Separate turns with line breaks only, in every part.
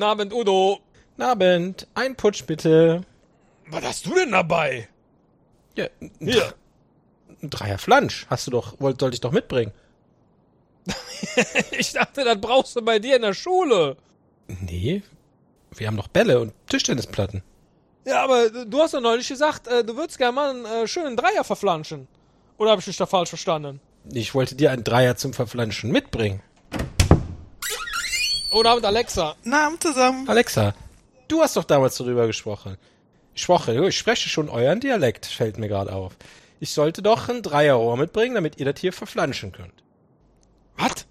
Abend, Udo.
Abend, ein Putsch bitte.
Was hast du denn dabei?
Ja, ein
Hier.
ein Dreier Flansch. Hast du doch, wollt, sollte ich doch mitbringen.
Ich dachte, das brauchst du bei dir in der Schule.
Nee, wir haben noch Bälle und Tischtennisplatten.
Ja, aber du hast doch neulich gesagt, äh, du würdest gerne mal einen äh, schönen Dreier verflanschen. Oder habe ich dich da falsch verstanden?
Ich wollte dir einen Dreier zum Verflanschen mitbringen.
Oder mit Alexa.
Na, Abend zusammen.
Alexa, du hast doch damals darüber gesprochen. Ich spreche, ich spreche schon euren Dialekt, fällt mir gerade auf. Ich sollte doch ein Dreierrohr mitbringen, damit ihr das hier verflanschen könnt.
Was?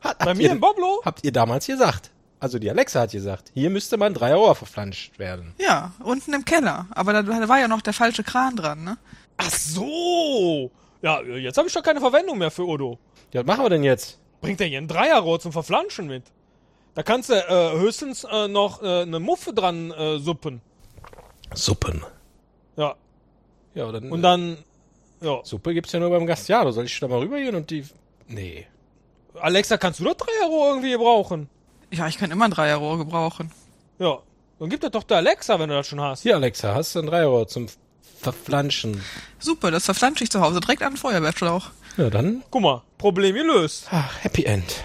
Hat,
Bei
habt
mir
ihr-
im Boblo?
Habt ihr damals gesagt. Also die Alexa hat gesagt, hier müsste man ein Dreierrohr verflanscht werden.
Ja, unten im Keller. Aber da, da war ja noch der falsche Kran dran, ne?
Ach so. Ja, jetzt habe ich doch keine Verwendung mehr für Udo.
Ja, was machen wir denn jetzt?
Bringt er hier ein Dreierrohr zum Verflanschen mit? Da kannst du äh, höchstens äh, noch äh, eine Muffe dran äh, suppen.
Suppen.
Ja.
Ja, dann,
Und dann. Ja.
Suppe gibt's ja nur beim Gastiado. Soll ich da mal rübergehen und die. Nee.
Alexa, kannst du das Dreierrohr irgendwie gebrauchen?
Ja, ich kann immer ein Dreierrohr gebrauchen.
Ja. Dann gib das doch der Alexa, wenn du das schon hast.
Hier, Alexa, hast du ein Dreierrohr zum Verflanschen?
Super, das verflansche ich zu Hause direkt an den Feuerwehrschlauch.
Ja, dann.
Guck mal, Problem gelöst.
Ach, Happy End.